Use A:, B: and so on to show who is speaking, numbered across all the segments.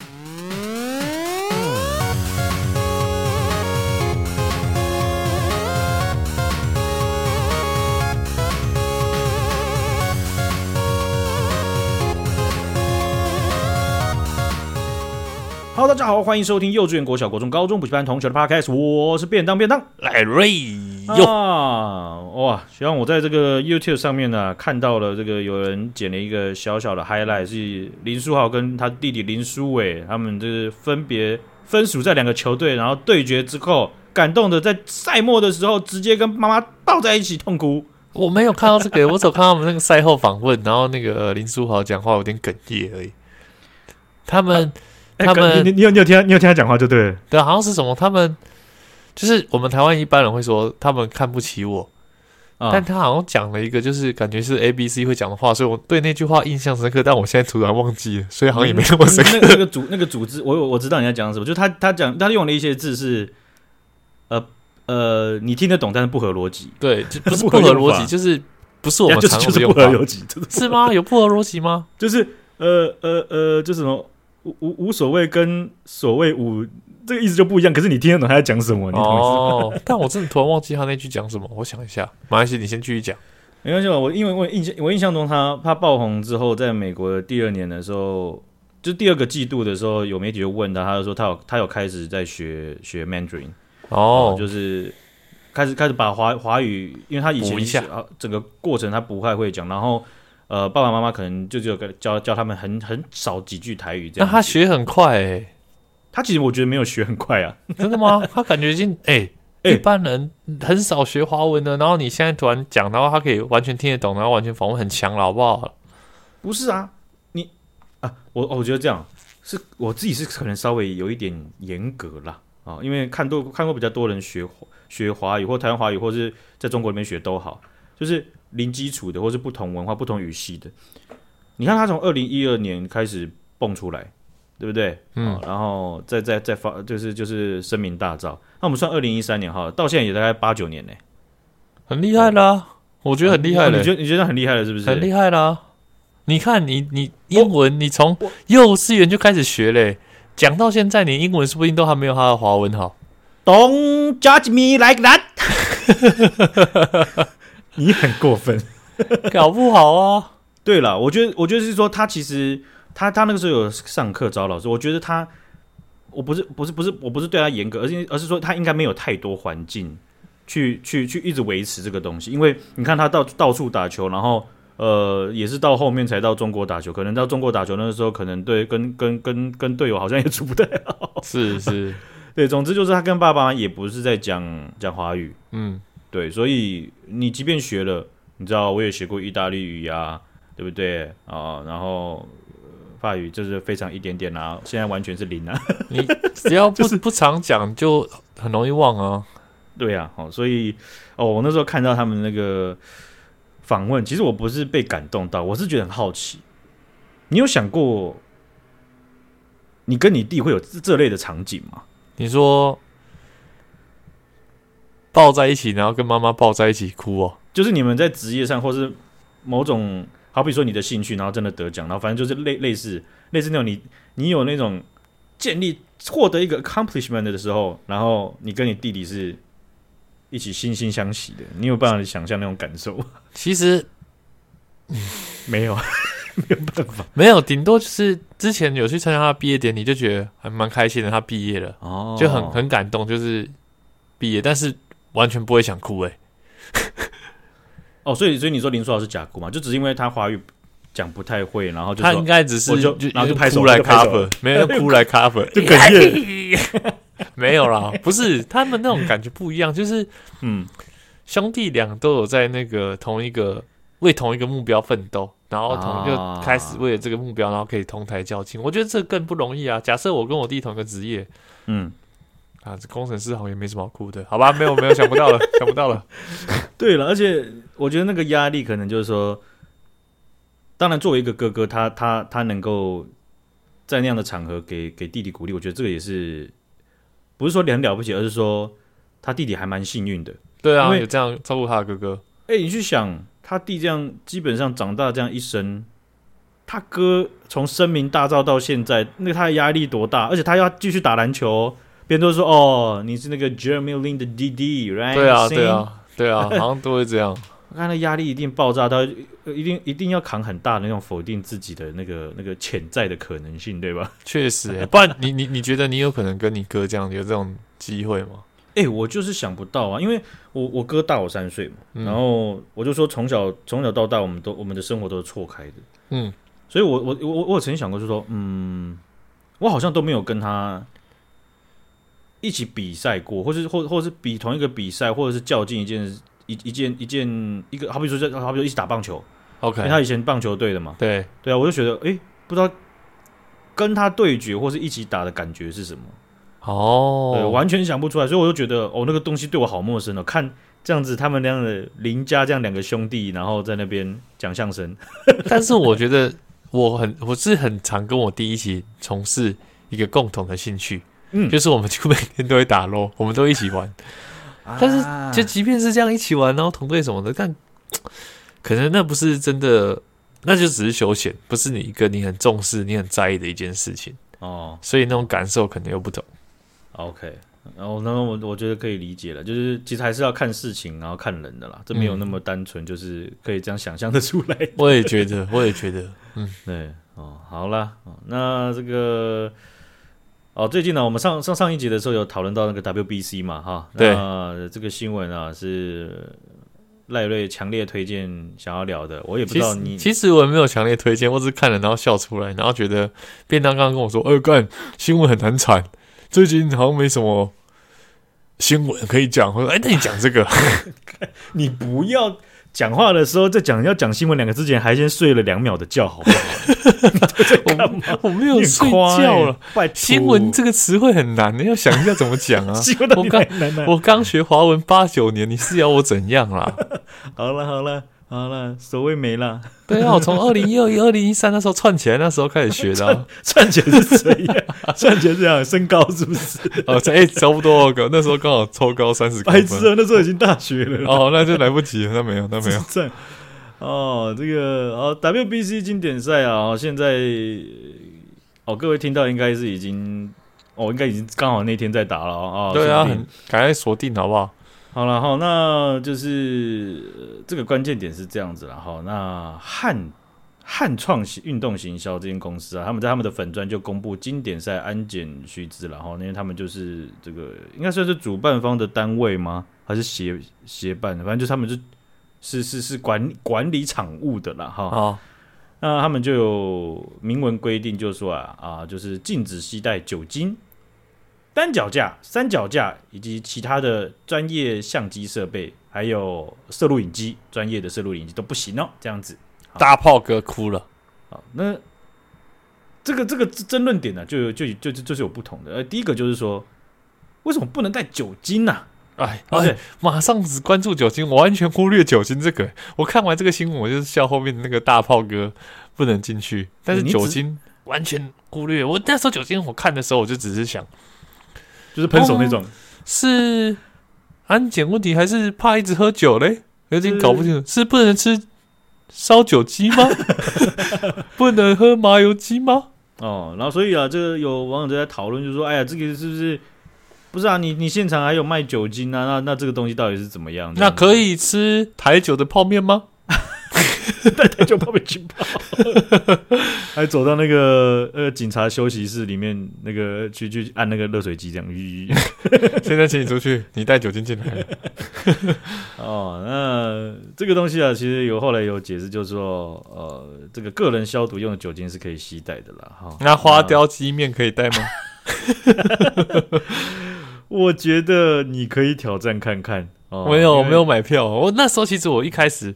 A: 嗯 Hello，大家好，欢迎收听幼稚园、国小、国中、高中补习班同学的 Podcast，我是便当便当
B: 赖瑞哟，
A: 啊！哇，希望我在这个 YouTube 上面呢、看到了这个有人剪了一个小小的 highlight，是林书豪跟他弟弟林书伟他们就是分别分属在两个球队，然后对决之后，感动的在赛末的时候直接跟妈妈抱在一起痛哭。
B: 我没有看到这个，我只有看到他们那个赛后访问，然后那个林书豪讲话有点哽咽而已。他们
A: 哎
B: 他们
A: 感你你你有你有听他你有听他讲话就对了，
B: 对，好像是什么？他们就是我们台湾一般人会说他们看不起我，
A: 啊
B: 但他好像讲了一个，就是感觉是 A B C 会讲的话，所以我对那句话印象深刻，但我现在突然忘记了，所以好像也没那么深刻。
A: 那那那个组那个组织，我有我知道你在讲什么，就他他讲他用了一些字是，呃呃，你听得懂，但是不合逻辑，
B: 对，就不
A: 嗯
B: 是
A: 不
B: 不
A: 合
B: 合
A: 用
B: 逻
A: 法
B: 辑，就是不是我们
A: 就
B: 常
A: 是
B: 用
A: 就
B: 的
A: 是
B: 用
A: 不合
B: 法，
A: 逻辑，就是
B: 是吗？有不合逻辑吗？
A: 就是呃呃呃，就什么无无无所谓跟所谓无这个意思就不一样，可是你听得懂他在讲什么，你懂我意思吗？
B: 哦，但我真的突然忘记他那句讲什么，我想一下，马来西亚你先继续讲。
A: 没关系吧，我因为我印象我印象中他他爆红之后，在美国的第二年的时候，就第二个季度的时候，有媒体就问他，他就说他有他有开始在学学 Mandarin。哦
B: 哦，，
A: 就是开始开始把华华语，因为他以前
B: 补一下
A: 啊整个过程他不太会讲，然后呃爸爸妈妈可能就只有跟教教他们很很少几句台语这
B: 那
A: 样。
B: 他学很快欸诶、
A: 他其实我觉得没有学很快啊，
B: 真的吗？ 他感觉已经诶、
A: 欸
B: 一般人很少学华文的，然后你现在突然讲，然后他可以完全听得懂，然后完全访问很强了，好不好？
A: 不是啊，你啊我哦我觉得这样是我自己是可能稍微有一点严格啦啊，因为看多看过比较多人学华学华语或台湾华语，或是在中国里面学都好，就是零基础的或是不同文化不同语系的。你看他从二零一二年开始蹦出来，对不对？
B: 嗯
A: 啊然后再再再发，就是就是声名大噪。那我们算二零一三年哈，到现在也大概八九年呢、
B: 很厉害啦、我嗯觉得很厉害
A: 哦
B: 了、
A: 你觉得你觉得很厉害了是不是？
B: 很厉害啦、你看你你英文，你从幼稚园就开始学嘞、讲到现在，你英文说不定都还没有他的华文 好。
A: Don't judge me like that 。 你很过分。
B: 搞不好啊，
A: 对了，我觉得，我觉得是说他其实他他那个时候有上课找老师，我觉得他我不是不是不是我不是对他严格，而是而是说他应该没有太多环境去去去一直维持这个东西，因为你看他到到处打球，然后呃也是到后面才到中国打球，可能到中国打球那个时候，可能对跟跟跟跟队友好像也处不太好。
B: 是是，
A: 对，总之就是他跟爸爸也不是在讲讲华语，
B: 嗯，
A: 对，所以你即便学了，你知道我也学过意大利语啊，对不对啊？然后呃法语就是非常一点点啊，现在完全是零啊。
B: 你只要不、不常讲，就很容易忘啊。
A: 对啊，哦，所以哦，我那时候看到他们那个访问，其实我不是被感动到，我是觉得很好奇。你有想过，你跟你弟会有这这类的场景吗？
B: 你说抱在一起，然后跟妈妈抱在一起哭哦，
A: 就是你们在职业上，或是某种，好比说你的兴趣，然后真的得奖，然后反正就是类类似类似那种你你有那种建立获得一个 accomplishment 的时候，然后你跟你弟弟是一起惺惺相惜的，你有办法想象那种感受吗？
B: 其实
A: 没有，
B: 没有，顶多就是之前有去参加他的毕业典礼，就觉得还蛮开心的，他毕业了，
A: 哦
B: 就很很感动，就是毕业，但是完全不会想哭诶、欸
A: 哦，所以所以你说林书豪是假哭嘛？就只是因为他华语讲不太会，然后就
B: 他应
A: 说
B: 该只是
A: 我就然后就拍手
B: 哭来
A: 就拍手
B: cover，没有哭来 cover，
A: 就哽
B: 咽，没有啦，不是他们那种感觉不一样，就是
A: 嗯
B: 兄弟俩都有在那个同一个为同一个目标奋斗，然后同
A: 啊
B: 就开始为了这个目标，然后可以同台较劲。我觉得这更不容易啊。假设我跟我弟同一个职业
A: 嗯，
B: 啊，这工程师好像也没什么好哭的，好吧？没有没有，想不到了，想不到了。
A: 对了，而且我觉得那个压力可能就是说，当然作为一个哥哥，他他他能够在那样的场合给给弟弟鼓励，我觉得这个也是不是说很了不起，而是说他弟弟还蛮幸运的。
B: 对
A: 因
B: 啊，
A: 为
B: 有这样照顾他的哥哥，
A: 哎、你去想，他弟这样基本上长大这样一生，他哥从声名大噪到现在，那他的压力多大？而且他要继续打篮球哦，别人都说哦，你是那个 Jeremy Lin 的弟弟，right？
B: 对啊
A: Sing
B: 对啊对啊，好像都会这样。
A: 看那压力一定爆炸到，呃一定一定要扛很大的那种否定自己的那个那个潜在的可能性， 对吧？
B: 确实、欸，不然你你你觉得你有可能跟你哥这样有这种机会吗？
A: 哎、我就是想不到啊，因为我我哥大我三岁嘛，
B: 嗯
A: 然后我就说从小从小到大，我们都我们的生活都是错开的，
B: 嗯，
A: 所以我我我我我曾经想过，就说嗯，我好像都没有跟他一起比赛过，或是或或是比同一个比赛，或者是较劲一件一一件一件一个，好比说这好比说一起打棒球，因为
B: OK，
A: 他以前棒球队的嘛，
B: 对，
A: 对啊，我就觉得哎、诶不知道跟他对决或是一起打的感觉是什么。对，
B: 哦，
A: 完全想不出来，所以我就觉得哦，那个东西对我好陌生哦。看这样子，他们那样的邻家这样两个兄弟，然后在那边讲相声，
B: 但是我觉得我很我是很常跟我弟一起从事一个共同的兴趣，
A: 嗯
B: 就是我们就每天都会打 l 我们都一起玩。但是
A: 嗯
B: 就即便是这样一起玩，然后同队什么的，但可能那不是真的，那就只是休闲，不是你一个你很重视、你很在意的一件事情，
A: 哦
B: 所以那种感受可能又不同。
A: ，OK，然后那我我觉得可以理解了，就是其实还是要看事情，然后看人的啦，这没有
B: 嗯
A: 那么单纯，就是可以这样想象的出来。
B: 我也觉得，我也觉得，
A: 对，哦，好啦，哦那这个。哦，最近呢，我们上上上一集的时候有讨论到那个 WBC 嘛，哈，
B: 对
A: 那这个新闻啊是赖瑞强烈推荐想要聊的，我也不知
B: 其
A: 道你
B: 实其实我也没有强烈推荐，我只是看了然后笑出来，然后觉得便当刚刚跟我说，呃、干新闻很难产，最近好像没什么新闻可以讲。我说，哎、那你讲这个，
A: 你不要讲话的时候，在讲要讲新闻两个之前，还先睡了两秒的觉，好不好？
B: 我没
A: 你
B: 有
A: 很
B: 睡
A: 夸
B: 觉
A: 欸
B: 了。，
A: 拜托。
B: 新闻这个词汇很难，你要想一下怎么讲啊
A: 新闻到底
B: 我刚
A: 哪里难啊
B: 我刚学华文八九年，你是要我怎样啦？
A: 好了好了好了，所谓没 了，
B: 对啊，我从二零一二、二零一三那时候串起来，那时候开始学的、啊。
A: 赚钱是这样， 赚钱是这样，身高是不是？
B: 哦，哎、差不多哦，那时候刚好抽高三十 公
A: 白痴
B: 分。
A: 啊，那时候已经大学了啦，
B: 哦，那就来不及了，那没有，那没有。
A: 这样。哦，这个哦，WBC 经典赛啊，哦现在哦，各位听到应该是已经哦，应该已经刚好那天在打了哦。哦
B: 对
A: 说
B: 啊，
A: 不定
B: 很赶快锁定好不好？
A: 好了好，那就是、呃这个关键点是这样子了哈。那汉汉创行运动行销这间公司啊，他们在他们的粉专就公布经典赛安检须知了哈，因为他们就是这个应该算是主办方的单位吗？还是协协办的？反正就是他们是是是是管管理场务的啦哈。
B: 哦，
A: 那他们就有明文规定，就是说啊啊，就是禁止携带酒精、单脚架、三脚架以及其他的专业相机设备，还有摄录影机，专业的摄录影机都不行哦。这样子，
B: 大炮哥哭了。
A: 好，那这个这个争论点呢、就就就就就是有不同的。呃，第一个就是说，为什么不能带酒精呢、
B: 哎
A: 对不对
B: 哎，马上只关注酒精，我完全忽略酒精这个。我看完这个新闻，我就是笑后面那个大炮哥不能进去，但是
A: 你只
B: 酒精完全忽略。我那时候酒精我看的时候，我就只是想
A: 就是喷手那种，
B: 是安检问题，还是怕一直喝酒嘞？有点搞不清楚，是不能吃烧酒鸡 吗？不能喝麻油鸡吗？
A: 哦，然后所以啊，这个有网友就在讨论，就是说，哎呀，这个是不是不是啊？你你现场还有卖酒精啊？那那这个东西到底是怎么样？
B: 那可
A: 以
B: 以 吃台酒的泡面吗？
A: 就泡面去泡， 还走到那个呃警察休息室里面，那个去去按那个热水机这样。吁 吁
B: 现在请你出去，你带酒精进 来了。
A: 哦，那这个东西啊，其实有后来有解释，就是说，呃，这个个人消毒用的酒精是可以携带的啦，哈、
B: 那花雕鸡面可以带吗？
A: 我觉得你可以挑战看看。哦、
B: 没有，
A: 因为
B: 没有买票。我那时候其实我一开始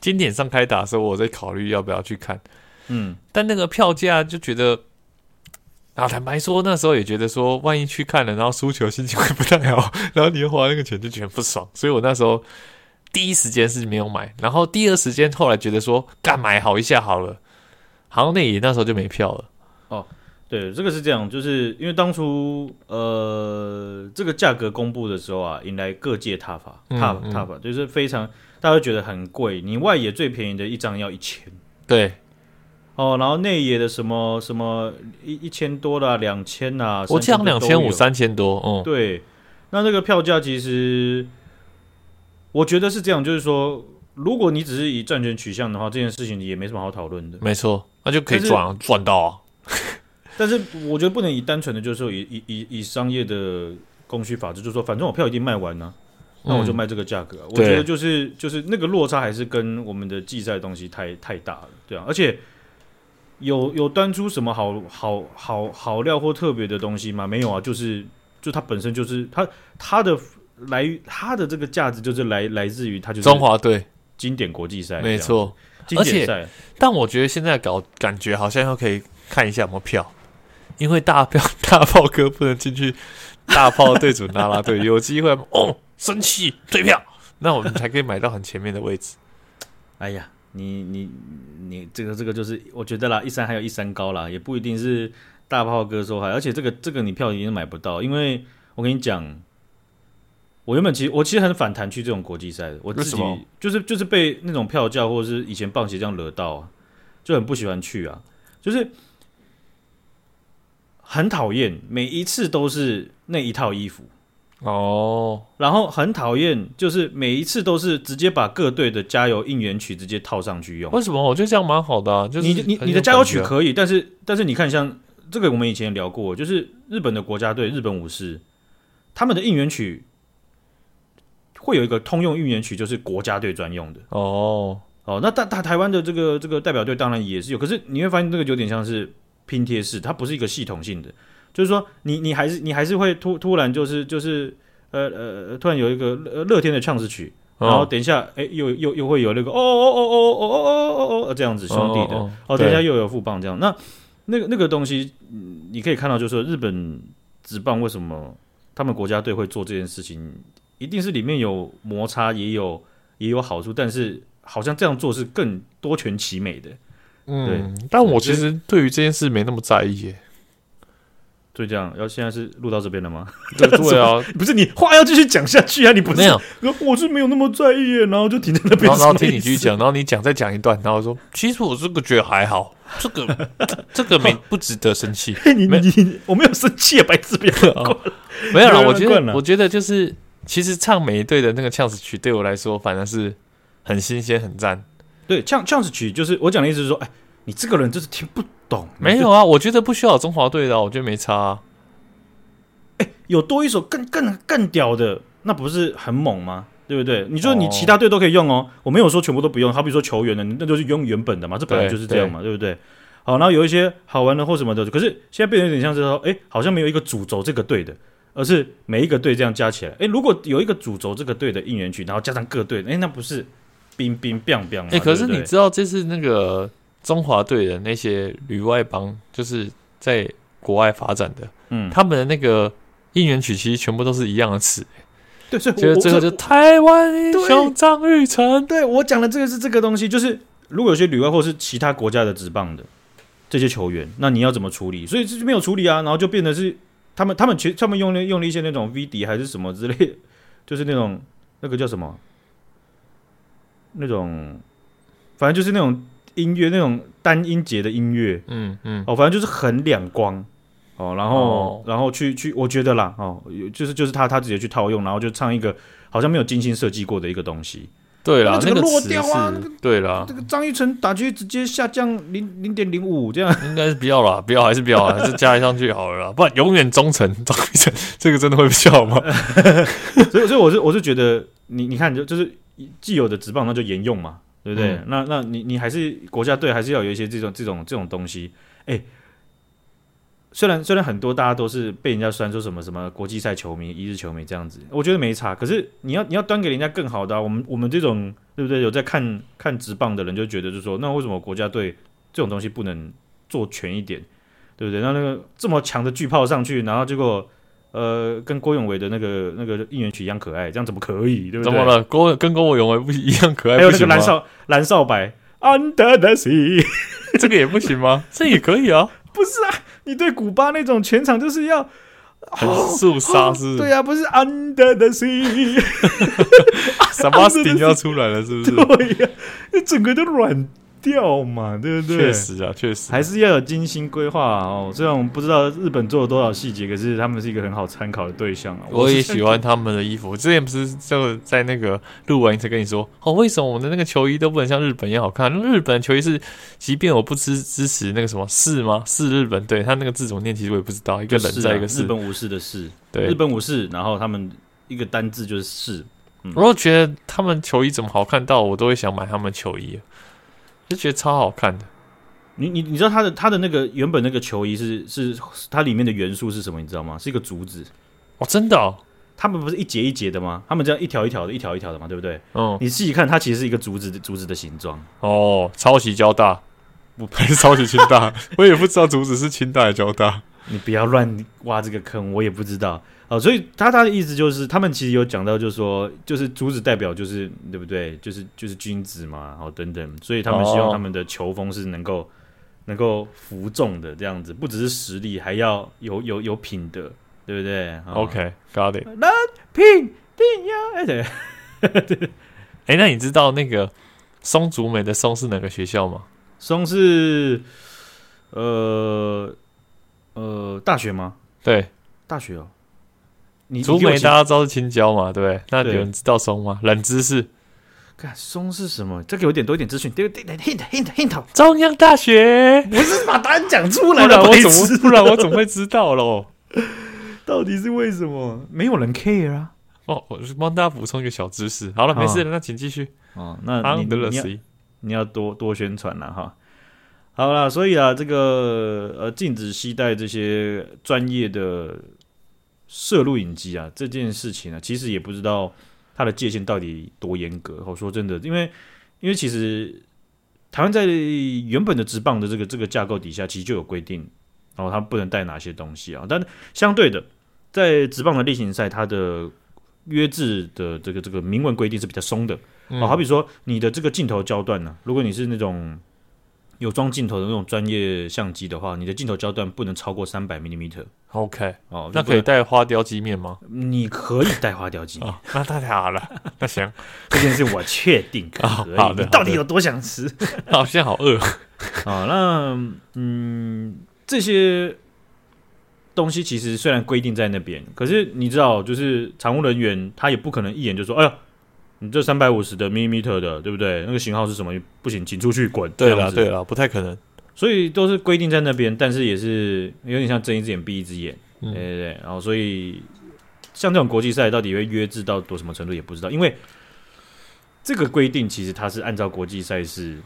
B: 经典上开打的时候，我在考虑要不要去看，
A: 嗯。
B: 但那个票价就觉得。啊，坦白说，那时候也觉得说，万一去看了，然后输球，心情会不太好， 然后你又花那个钱，就觉得不爽。所以我那时候第一时间是没有买，然后第二时间后来觉得说，干买好一下好了，好像那也那时候就没票了。
A: 对，这个是这样，就是因为当初呃这个价格公布的时候啊，引来各界挞伐，
B: 嗯
A: 挞
B: 嗯
A: 挞伐就是非常大家会觉得很贵，你外野最便宜的一张要一千
B: 对，
A: 哦，然后内野的什么什么一一千多啦，两千啦，
B: 我记得
A: 3000
B: 两
A: 都
B: 千五、
A: 有
B: 三千多，嗯，
A: 对，那这个票价其实我觉得是这样，就是说如果你只是以战权取向的话，这件事情也没什么好讨论的。
B: 没错，那就可以
A: 但是
B: 赚啊赚到啊。
A: 但是我觉得不能以单纯的就是说以以以以商业的供需法则，就是说反正我票已经卖完了、那我就
B: 嗯
A: 卖这个价格啊、我
B: 对
A: 觉得就是就是那个落差还是跟我们的季赛的东西太太大了，对啊，而且有有端出什么好好好好料或特别的东西吗？没有啊，就是就它本身就是它它的来于它的这个价值就是来来自于它就是哎
B: 中华队
A: 经典国际赛，
B: 没，错。
A: 经典赛
B: 但我觉得现在搞感觉好像要可以看一下有没有票，因为大票 大炮哥不能进去，大炮对准拉拉 队，有机会哦，生气退票，那我们才可以买到很前面的位 置。
A: 哎呀，你你你这个这个就是，我觉得啦，一山还有一山高啦，也不一定是大炮哥说话，而且这个这个你票已经买不到，因为我跟你讲，我原本其实我其实很反弹去这种国际赛的，我自己
B: 为什么
A: 就是就是被那种票价或者是以前棒协这样惹到、啊，就很不喜欢去啊，就是很讨厌，每一次都是那一套衣服。
B: 哦，
A: 然后很讨厌，就是每一次都是直接把各队的加油应援曲直接套上去用。
B: 为什么？我觉得这样蛮好的、啊，就是
A: 你你
B: 很有
A: 你的加油曲
B: 感觉啊
A: 可以，但是但是你看像这个我们以前也聊过，就是日本的国家队日本武士，他们的应援曲会有一个通用应援曲，就是国家队专用的。
B: 哦，
A: 哦，那大大台湾的这个这个代表队当然也是有，可是你会发现这个有点像是拼贴式，它不是一个系统性的，就是说你你还是你还是会突突然就是就是呃呃突然有一个呃乐天的唱词曲，然后
B: 哦
A: 等一下哎、又又又会有那个哦哦哦哦哦哦哦哦哦这样子兄弟的，
B: 哦
A: 哦，等一下
B: 对
A: 又有副棒这样。那那个那个东西，嗯你可以看到，就是说日本职棒为什么他们国家队会做这件事情，一定是里面有摩擦，也有也有好处，但是好像这样做是更多全其美的，
B: 嗯，但我其实对于这件事没那么在意 耶。
A: 所以这样。要现在是录到这边了吗？
B: 对对啊，
A: 不是你话要继续讲下去啊，你不是
B: 没有，
A: 我是没有那么在意耶，然后就停在那边，
B: 然后然后
A: 什么
B: 听
A: 意
B: 你
A: 思
B: 继续。讲，然后你讲再讲一段，然后我说其实我这个觉得还好，这个这个 没不值得生气。
A: 嘿哎你
B: 没
A: 你你我没有生气啊，白痴别 人。
B: 哦 没有啦，
A: 有
B: 我
A: 人
B: 觉
A: 棍了
B: 得我觉得就是，其实唱每一队的那个呛死曲对我来说，反正是很新鲜、很赞。
A: 对，这样这样子曲就是我讲的意思是说，哎，你这个人就是听不懂，你
B: 没有啊，我觉得不需要有中华队的啊、我觉得没差、啊。
A: 有多一首更更更屌的，那不是很猛吗？对不对？你说你
B: 哦
A: 其他队都可以用哦，我没有说全部都不用。好比说球员的，那就是用原本的嘛，这本来
B: 对
A: 就是这样嘛，对不对？好，然后有一些好玩的或什么的，可是现在变得有点像是说，哎，好像没有一个主轴这个队的，而是每一个队这样加起来。哎，如果有一个主轴这个队的应援曲，然后加上各队的，哎，那不是冰冰冰冰吗？
B: 哎、可是
A: 对不对
B: 你知道这次那个中华队的那些旅外帮，就是在国外发展的，
A: 嗯，
B: 他们的那个应援曲其实全部都是一样的词，
A: 对，所以我
B: 就是
A: 我
B: 最后
A: 这
B: 就台湾英
A: 对
B: 雄张玉成。
A: 对我讲的这个是这个东西，就是如果有些旅外或是其他国家的职棒的这些球员，那你要怎么处理？所以这就没有处理啊，然后就变得是他们他们其实他们用了用了一些那种 V 底还是什么之类，就是那种那个叫什么，那种反正就是那种音乐那种单音节的音乐，
B: 嗯嗯，
A: 哦，反正就是很两光哦，然后、
B: 哦
A: 然后去去，我觉得啦哦，有就是就是他他直接去套用，然后就唱一个好像没有精心设计过的一个东西。
B: 对啦，
A: 那个整个
B: 个
A: 落
B: 词
A: 掉啊那
B: 是，对啦
A: 这，个张玉成打击率直接下降零零点零五这样，
B: 应该是不要啦，不要还是不要啦，还是加上去好了啦，不然永远忠诚 张医生，这个真的会被笑吗？
A: 所以所以我是我是觉得你你看就就是既有的职棒那就沿用嘛，对不对？
B: 嗯
A: 那那你你还是国家队还是要有一些这种这种这种东西，哎。虽然虽然很多大家都是被人家酸说什么什么国际赛球迷、一日球迷这样子，我觉得没差。可是你要你要端给人家更好的、啊，我们我们这种对不对？有在看看职棒的人就觉得就是说，那为什么国家队这种东西不能做全一点，对不对？那那个这么强的巨炮上去，然后结果呃，跟郭永伟的那个那个应援曲一样可爱，这样怎么可以？对不对？
B: 怎么？了？郭跟郭伟永为不一样可爱
A: 还有那个
B: 不行吗
A: 蓝？少蓝少白啊 Under the Sea，
B: 这个也不行吗？这也可 以啊，
A: 你对古巴那种全场就是要啊
B: 很肃杀是不
A: 对
B: 是？
A: 啊，不是 Under the Sea， 啊
B: 萨巴斯汀要出来了是不是？
A: 对呀、那整个都软掉嘛，对不对？
B: 确实啊，确实
A: 还是要有精心规划啊哦。虽然我们不知道日本做了多少细节，可是他们是一个很好参考的对象啊。
B: 我也
A: 是
B: 喜欢他们的衣服。我之前不是就在那个录完才跟你说，哦，为什么我们的那个球衣都不能像日本一样好看？日本球衣是，即便我不支支持那个什么是吗？是日本，对他那个字怎么念，其实我也不知道，一个
A: 就
B: 人
A: 是啊
B: 在一个
A: 日
B: 是，
A: 本武士的士，
B: 对
A: 日。本武士，然后他们一个单字就是士，
B: 我都觉得他们球衣怎么好看到，我都会想买他们球衣，就觉得超好看的。
A: 你你你知道它的它的那个原本那个球衣是是它里面的元素是什么？你知道吗？是一个竹子。
B: 哦，真的哦，
A: 他们不是一节一节的吗？他们这样一条一条的，一条一条的嘛，对不对？
B: 嗯，
A: 你细看，它其实是一个竹子的竹子的形状。
B: 哦，抄袭交大， 我还是抄袭清大，我也不知道竹子是清大还是交大。
A: 你不要乱挖这个坑，我也不知道哦。所以他他的意思就是，他们其实有讲到，就是说，就是竹子代表就是对不对？就是就是君子嘛，哦等等。所以他们希望
B: 哦
A: 他们的球风是能够、能够服众的这样子，不只是实力，还要有有有品德，对不对、哦
B: OK，got、it。
A: 品定要哎对，
B: 哎、那你知道那个松竹梅的松是哪个学校吗？
A: 松是呃呃大学吗？
B: 对，
A: 大学哦，你
B: 竹
A: 你给我
B: 梅
A: 其
B: 大家知道是青椒嘛，对不对？那有
A: 对
B: 人知道松吗？冷知识，
A: 看松是什么？再给我一点多一点资讯，对对对，hint hint hint。
B: 中央大学。
A: 不是把答案讲出
B: 不
A: 来
B: 然
A: 了，
B: 我
A: 白
B: 怎么
A: 痴！
B: 不然我怎么会知道喽？
A: 到底是为什么？没有人 care 啊！
B: 哦，我是帮大家补充一个小知识。好了，
A: 好
B: 没事了，那请继续。
A: 哦，那
B: 昂
A: 你
B: 德勒
A: 你要
B: 十一，
A: 你要多多宣传了哈。好啦，所以啊，这个呃，禁止携带这些专业的摄录影机啊，这件事情啊，其实也不知道它的界限到底多严格。我说真的，因为因为其实台湾在原本的职棒的这个这个架构底下，其实就有规定，然后它不能带哪些东西啊。但相对的，在职棒的例行赛，它的约制的这个这个明文规定是比较松的。哦，好比说你的这个镜头焦段呢、如果你是那种有装镜头的那种专业相机的话，你的镜头焦段不能超过三百 m m
B: ，OK，
A: 哦，
B: 那
A: 就不
B: 可以
A: 能，
B: 带花雕鸡面吗？
A: 你可以带花雕鸡，
B: 哦，那太好了，那行，
A: 这件事我确 定可以。
B: 好的
A: 你到
B: 好的
A: 底有多想吃？
B: 好像好饿。
A: 啊，那嗯，这些东西其实虽然规定在那边，可是你知道，就是常务人员他也不可能一眼就说，哎呀，你这三百五十的 m m 的，对不对？那个型号是什么？不行，请出去滚。
B: 对
A: 了
B: 了，，对了，不太可能。
A: 所以都是规定在那边，但是也是有点像睁一只眼闭一只眼，
B: 嗯
A: 对对对。然后所以像这种国际赛到底会约制到多什么程度也不知道，因为这个规定其实它是按照国际赛事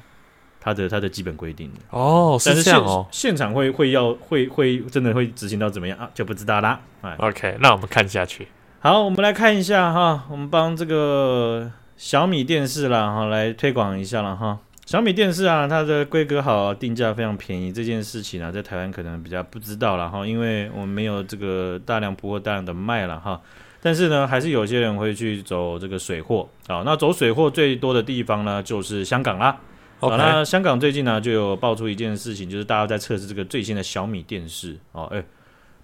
A: 它的它的基本规定的，
B: 哦，
A: 但是
B: 这
A: 现
B: 样哦。
A: 现场会会要会会真的会执行到怎么样啊就不知道啦。哎，
B: OK，那我们看下去。
A: 好，我们来看一下哈，我们帮这个小米电视啦哈来推广一下了哈。小米电视啊，它的规格好，定价非常便宜，这件事情啊，在台湾可能比较不知道了哈，因为我们没有这个大量铺货、大量的卖了哈。但是呢，还是有些人会去走这个水货啊。那走水货最多的地方呢，就是香港啦。好、
B: OK，
A: 那香港最近呢就有爆出一件事情，就是大家在测试这个最新的小米电视哦，哎，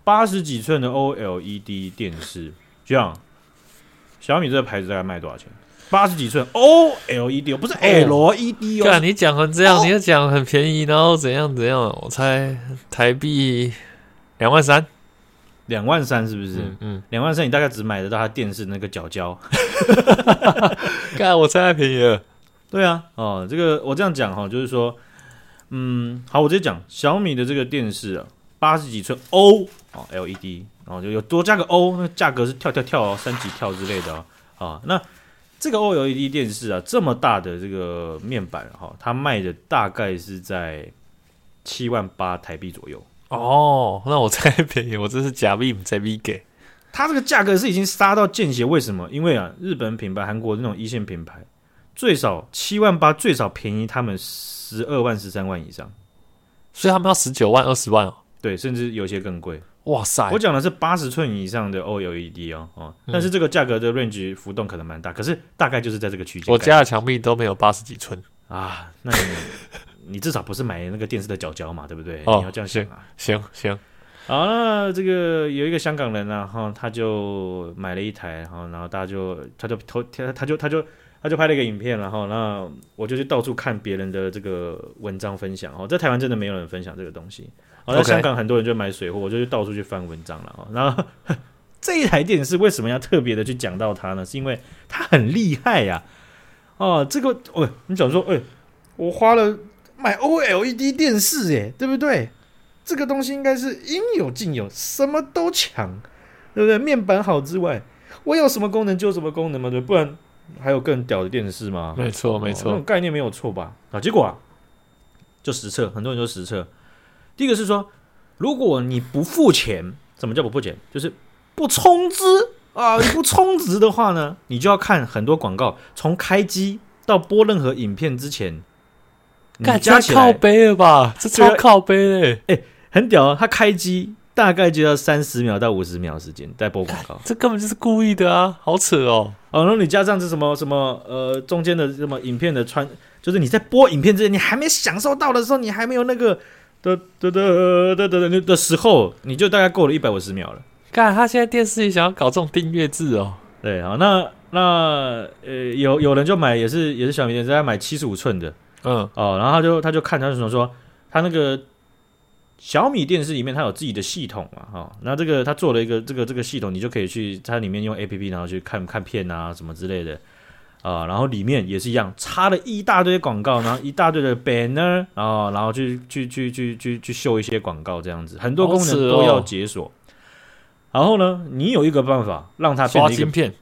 A: 八十几寸的 OLED 电视，这样，小米这个牌子大概卖多少钱？八十几寸 OLED 哦，不是 LED 哦，
B: 干你讲成这样，你又讲很便宜，然后怎样怎样？我猜台币两万三。
A: 两万三是不是？
B: 嗯嗯，
A: 两万三你大概只买得到它电视那个角胶。
B: 干我猜太便宜了。
A: 对啊，哦，这个我这样讲哈、就是说，嗯，好，我直接讲小米的这个电视啊，八十几寸 O 哦 LED，然、后就有多加个 O，那价格是跳跳跳哦，三级跳之类的哦啊、那这个 OLED 电视啊，这么大的这个面板哈、它卖的大概是在七万八台币左右。
B: 哦，那我猜便宜，我这是假币再币给。
A: 它这个价格是已经杀到见血，为什么？因为啊，日本品牌、韩国那种一线品牌，最少七万八，最少便宜他们十二万、十三万以上，
B: 所以他们要十九万、二十万哦。
A: 对，甚至有些更贵。
B: 哇塞
A: 我！讲的是八十寸以上的 OLED 哦，哦，
B: 嗯
A: 但是这个价格的 range 浮动可能蛮大，可是大概就是在这个区间。
B: 我家的墙壁都没有八十几寸。
A: 啊，那你你 至少不是买那个电视的角角嘛，对不对？
B: 哦
A: 你要这样想啊。
B: 行行，
A: 好，那这个有一个香港人啊，哈，他就买了一台，然后然后大家就他就投他他就他就他就他就拍了一个影片，然后那我就去到处看别人的这个文章分享哦，在台湾真的没有人分享这个东西，哦，在
B: OK
A: 香港很多人就买水货，我就去到处去翻文章了哦，然后这一台电视为什么要特别的去讲到它呢？是因为它很厉害呀、哦，这个哦，你想说，哎、我花了买 OLED 电视，哎，对不对？这个东西应该是应有尽有，什么都强，对不对？面板好之外，我有什么功能就有什么功能嘛，对不对，不然还有更屌的电视吗？
B: 没错没
A: 哦那
B: 错
A: 种，概念没有错吧？啊，结果啊，就实测，很多人就实测。第一个是说，如果你不付钱，什么叫不付钱？就是不充值啊，你不充值的话呢， 你就要看很多广告，从开机到播任何影片之前，你
B: 干
A: 加
B: 加
A: 起
B: 靠
A: 来
B: 背了吧？这
A: 对
B: 超
A: 啊
B: 靠背嘞！
A: 很屌啊！它开机大概就要三十秒到五十秒时间在播广告。
B: 这根本就是故意的啊！好扯哦！
A: 哦，然后你加上这什么什么呃中间的什么影片的穿，就是你在播影片之前，你还没享受到的时候，你还没有那个的的的的的的的时候，你就大概过了一百五十秒了。
B: 干，他现在电视也想要搞这种订阅制哦。
A: 对，好，那那呃有有人就买也是也是小米电视，他买七十五寸的
B: 嗯，
A: 哦，然后他就他就看他就说说他那个。小米电视里面它有自己的系统嘛，哈、那这个他做了一个这个这个系统，你就可以去它里面用 A P P，然后去看看片啊什么之类的，啊、然后里面也是一样，插了一大堆广告，然后一大堆的 banner，啊、然后去去去去去去秀一些广告这样子，很多功
B: 好扯
A: 能
B: 哦
A: 都要解锁。然后呢，你有一个办法让它变
B: 刷
A: 成一个
B: 晶片，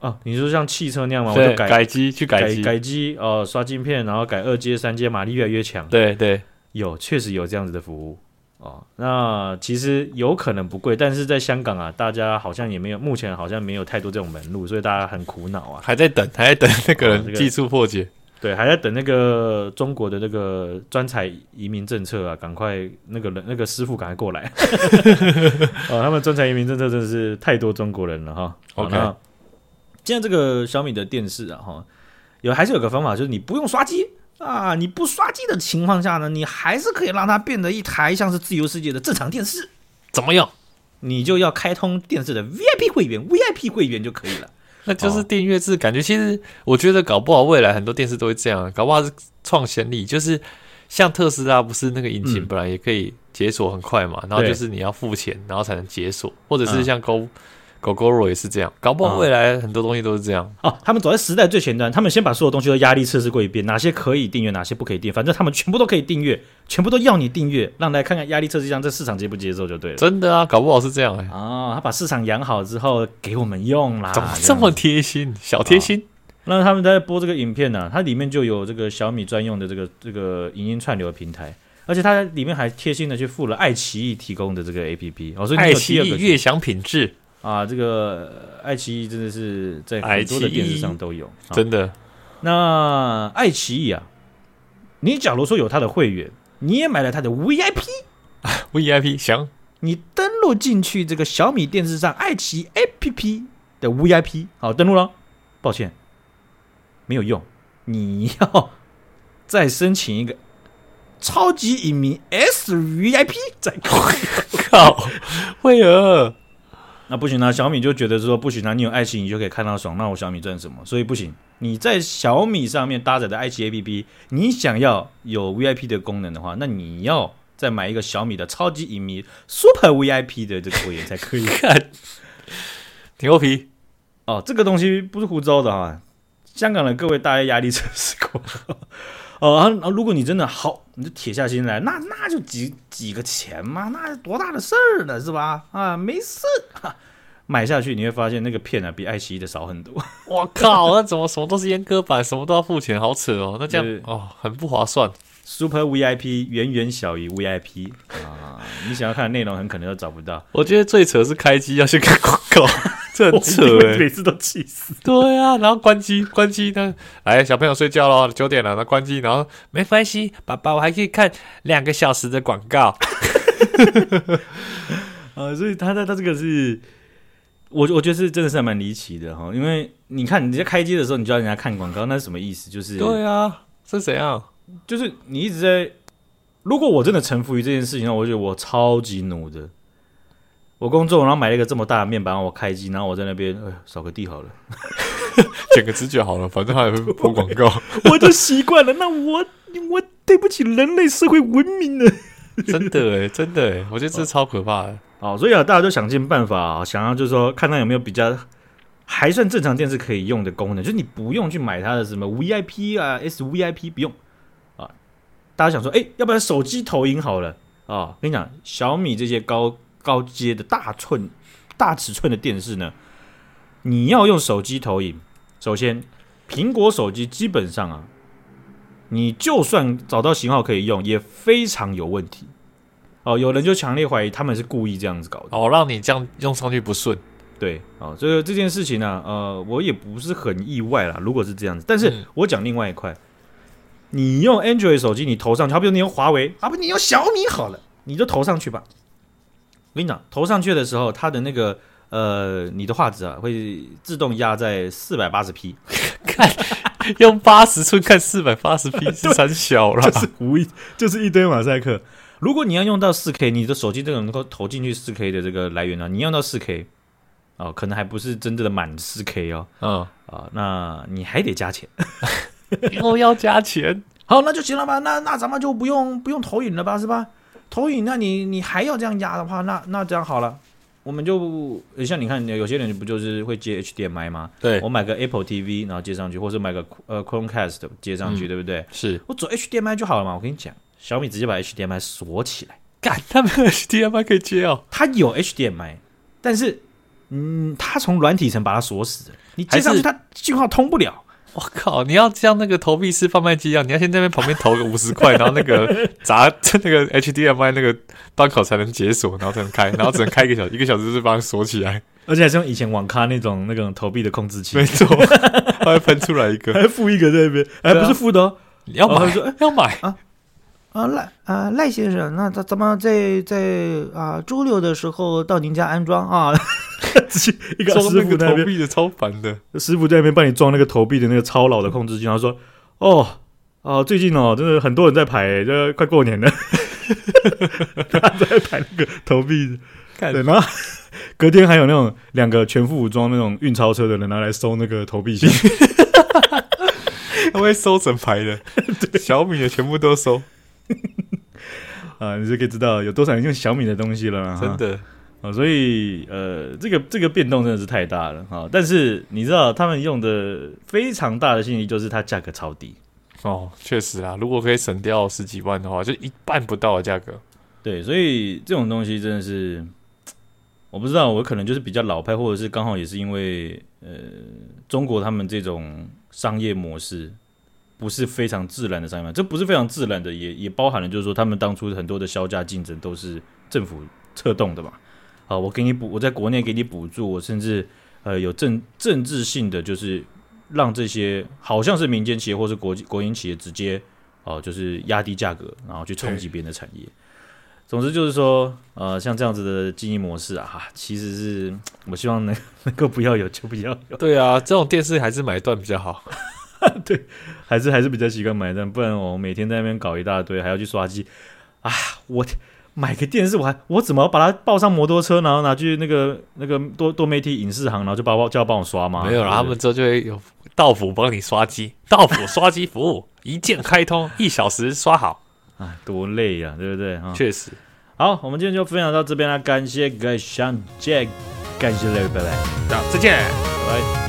A: 啊，你说像汽车那样吗？我
B: 对，
A: 就改
B: 改机去改机，
A: 改机哦、呃刷晶片，然后改二阶、三阶，马力越来越强。
B: 对对，
A: 有，确实有这样子的服务哦。那其实有可能不贵，但是在香港啊，大家好像也没有，目前好像没有太多这种门路，所以大家很苦恼啊。
B: 还在等，还在等那个
A: 哦这
B: 人
A: 个
B: 技术破解。
A: 对，还在等那个中国的那个专采移民政策啊，赶快那个人那个师傅赶快过来。 哦，他们专采移民政策真的是太多中国人了哈。好
B: OK
A: 那现在这个小米的电视啊哈，有还是有个方法，就是你不用刷机啊，你不刷机的情况下呢，你还是可以让它变得一台像是自由世界的正常电视。
B: 怎么样？
A: 你就要开通电视的 VIP 会员，VIP 会员就可以了。
B: 那
A: 哦
B: 就是订阅制，感觉其实我觉得搞不好未来很多电视都会这样，搞不好是创先例，就是像特斯拉不是那个引擎
A: 嗯
B: 本来也可以解锁很快嘛，然后
A: 对
B: 就是你要付钱，然后才能解锁，或者是
A: 嗯
B: 像狗、狗狗肉也是这样，搞不好
A: 嗯
B: 未来很多东西都是这样。
A: 哦，他们走在时代最前端，他们先把所有东西都压力测试过一遍，哪些可以订阅，哪些不可以订，反正他们全部都可以订阅，全部都要你订阅，让来看看压力测试上这市场接不接受就对了。
B: 真的啊，搞不好是这样哎、
A: 哦，他把市场养好之后给我们用啦，
B: 怎么
A: 样哦
B: 这么贴心？小贴心，
A: 那他们在播这个影片呢、它里面就有这个小米专用的这个这个影音串流平台，而且它里面还贴心的去附了爱奇艺提供的这个 APP，哦，所以你
B: 爱
A: 有
B: 奇
A: 第二
B: 艺
A: 个选
B: 悦享品质，
A: 啊，这个呃爱奇艺真的是在很多的
B: 爱奇艺
A: 电视上都有。啊
B: 真的
A: 那爱奇艺啊，你假如说有它的会员，你也买了它的 VIP，
B: VIP 享
A: 你登录进去这个小米电视上爱奇艺 APP 的 VIP，好，登录了，抱歉，没有用，你要再申请一个超级影迷 S VIP 再可以。
B: 靠，为何？
A: 那不行啊，小米就觉得说不行啊，你有爱奇艺你就可以看到爽，那我小米赚什么？所以不行，你在小米上面搭载的爱奇艺 APP，你想要有 VIP 的功能的话，那你要再买一个小米的超级影迷 Super VIP 的这个会员才可以。
B: 看，牛皮，
A: 哦，这个东西不是胡诌的啊，香港的各位大家压力测试过。 哦，然后如果你真的好，你就铁下心来，那那就几几个钱嘛，那多大的事儿呢，是吧？啊，没事， 哈买下去你会发现那个片啊比爱奇艺的少很多。
B: 我靠，那怎么什么都是阉割版，什么都要付钱，好扯哦。那这
A: 对
B: 样哦，很不划算。
A: Super VIP 远远小于 VIP 啊，你想要看的内容很可能都找不到，
B: 我觉得最扯是开机要去看广 告，这很扯
A: 我一定会
B: 哎、
A: 每次都气死。
B: 对啊，然后关机，关机呢？来，小朋友睡觉咯，九点了，那关机，然后没关系，爸爸，我还可以看两个小时的广告。
A: 呃，所以他他他这个是，我我觉得是真的是还蛮离奇的哈，因为你看你在开机的时候，你就让人家看广告，那是什么意思？就是
B: 对啊，是怎样？
A: 就是你一直在，如果我真的臣服于这件事情上，我觉得我超级努的。呃我工作，然后买了一个这么大的面板，然后我开机，然后我在那边，哎，扫个地好了。
B: 剪个指甲好了，反正他也会播广告。
A: 我就习惯了。那我我对不起人类社会文明了。
B: 真的哎，真的哎，我觉得这超可怕的。
A: 哦，所以啊，大家都想尽办法，啊想要就是说，看看有没有比较还算正常电视可以用的功能，就是你不用去买它的什么 VIP 啊、SVIP，不用啊。大家想说，哎、要不然手机投影好了啊？跟你讲，小米这些高高阶的大寸、大尺寸的电视呢，你要用手机投影，首先苹果手机基本上啊，你就算找到型号可以用，也非常有问题。哦，有人就强烈怀疑他们是故意这样子搞的。
B: 哦，让你这样用上去不顺，
A: 对，哦，这个这件事情呢、呃，我也不是很意外啦。如果是这样子，但
B: 嗯
A: 是我讲另外一块，你用 Android 手机，你投上去，好比如你用华为，啊不，你用小米好了，你就投上去吧。我跟你讲，投上去的时候，它的那个呃，你的画质啊，会自动压在四百八十 P，
B: 用八十寸看四百八十 P 是很小啦。
A: 就是无一就是一堆马赛克。如果你要用到四 K，你的手机这个能够投进去四 K 的这个来源呢、你用到四 K，哦，可能还不是真正的满四 K 哦，
B: 嗯，
A: 啊、那你还得加钱。
B: 又要加钱，
A: 好，那就行了吧？那那咱们就不用不用投影了吧，是吧？投影，那你你还要这样压的话，那那这样好了，我们就呃像你看，有些人不就是会接 HDMI 吗？
B: 对
A: 我，买个 Apple TV，然后接上去，或是买个呃 Chromecast 接上去，
B: 嗯
A: 对不对？
B: 是
A: 我走 HDMI 就好了嘛。我跟你讲，小米直接把 HDMI 锁起来，
B: 干他们 HDMI 可以接哦，
A: 它有 HDMI，但是嗯，它从软体层把它锁死了，你接上去它信号通不了。
B: 我靠！你要像那个投币式贩卖机一样，啊你要先在那边旁边投个五十块，然后那个砸 那个 HDMI 那个端口才能解锁，然后才能开，然后只能开一个小时，一个小时就是把它锁起来，
A: 而且还是用以前网咖那种那种投币的控制器
B: 没错， 它会喷出来一个。
A: 还付一个在那边，哎，
B: 对啊
A: 不是付的哦，
B: 你要
A: 哦他
B: 买
A: 说哎，
B: 要买，
C: 啊赖啊赖先生，那咱咱们在在啊周六的时候到您家安装 啊，
A: 直接一个
B: 装
A: 师
B: 那
A: 傅
B: 个
A: 在那
B: 投
A: 边，
B: 币的超烦的。
A: 师傅在那边帮你装那个投币的那个超老的控制器，然后说：“哦，啊、最近哦，真的很多人在排欸，这快过年了， 大家在排那个投 币的。”
B: 干
A: 对，然后 隔天还有那种两个全副武装那种运钞车的人拿来收那个投币箱，
B: 他会收整排 的，小米的全部都收，
A: 啊、你就可以知道有多少人用小米的东西了啦，哈
B: 真的。
A: 啊、所以呃，这个这个变动真的是太大了哈、但是你知道他们用的非常大的信息就是它价格超低，
B: 哦，确实啦，如果可以省掉十几万的话，就一半不到的价格。
A: 对，所以这种东西真的是，我不知道，我可能就是比较老派，或者是刚好也是因为呃，中国他们这种商业模式不是非常自然的商业模式，这不是非常自然的，也也包含了就是说他们当初很多的销价竞争都是政府策动的嘛。啊，我给你补，我在国内给你补助，我甚至呃有政政治性的，就是让这些好像是民间企业或是国际国营企业直接哦、就是压低价格，然后去冲击别人的产业。总之就是说，呃，像这样子的经营模式啊，哈，其实是我希望能 能够不要有就不要有，
B: 对啊，这种电视还是买断比较好。
A: 还是还是比较习惯买单，不然我每天在那边搞一大堆，还要去刷机啊，我买个电视，我还我怎么把它抱上摩托车，然后拿去那个那个多多媒体影视行，然后就把我叫他帮我刷吗？
B: 没有
A: 对
B: 啦，
A: 不
B: 他
A: 对
B: 们之后就会有到府帮你刷机，到府刷机服务一键开通，一小时刷好。
A: 哎，多累呀、对不对啊？
B: 确实，
A: 好，我们今天就分享到这边啦，感谢各位相见，感谢各位，拜拜。
B: 那再见。
A: 拜。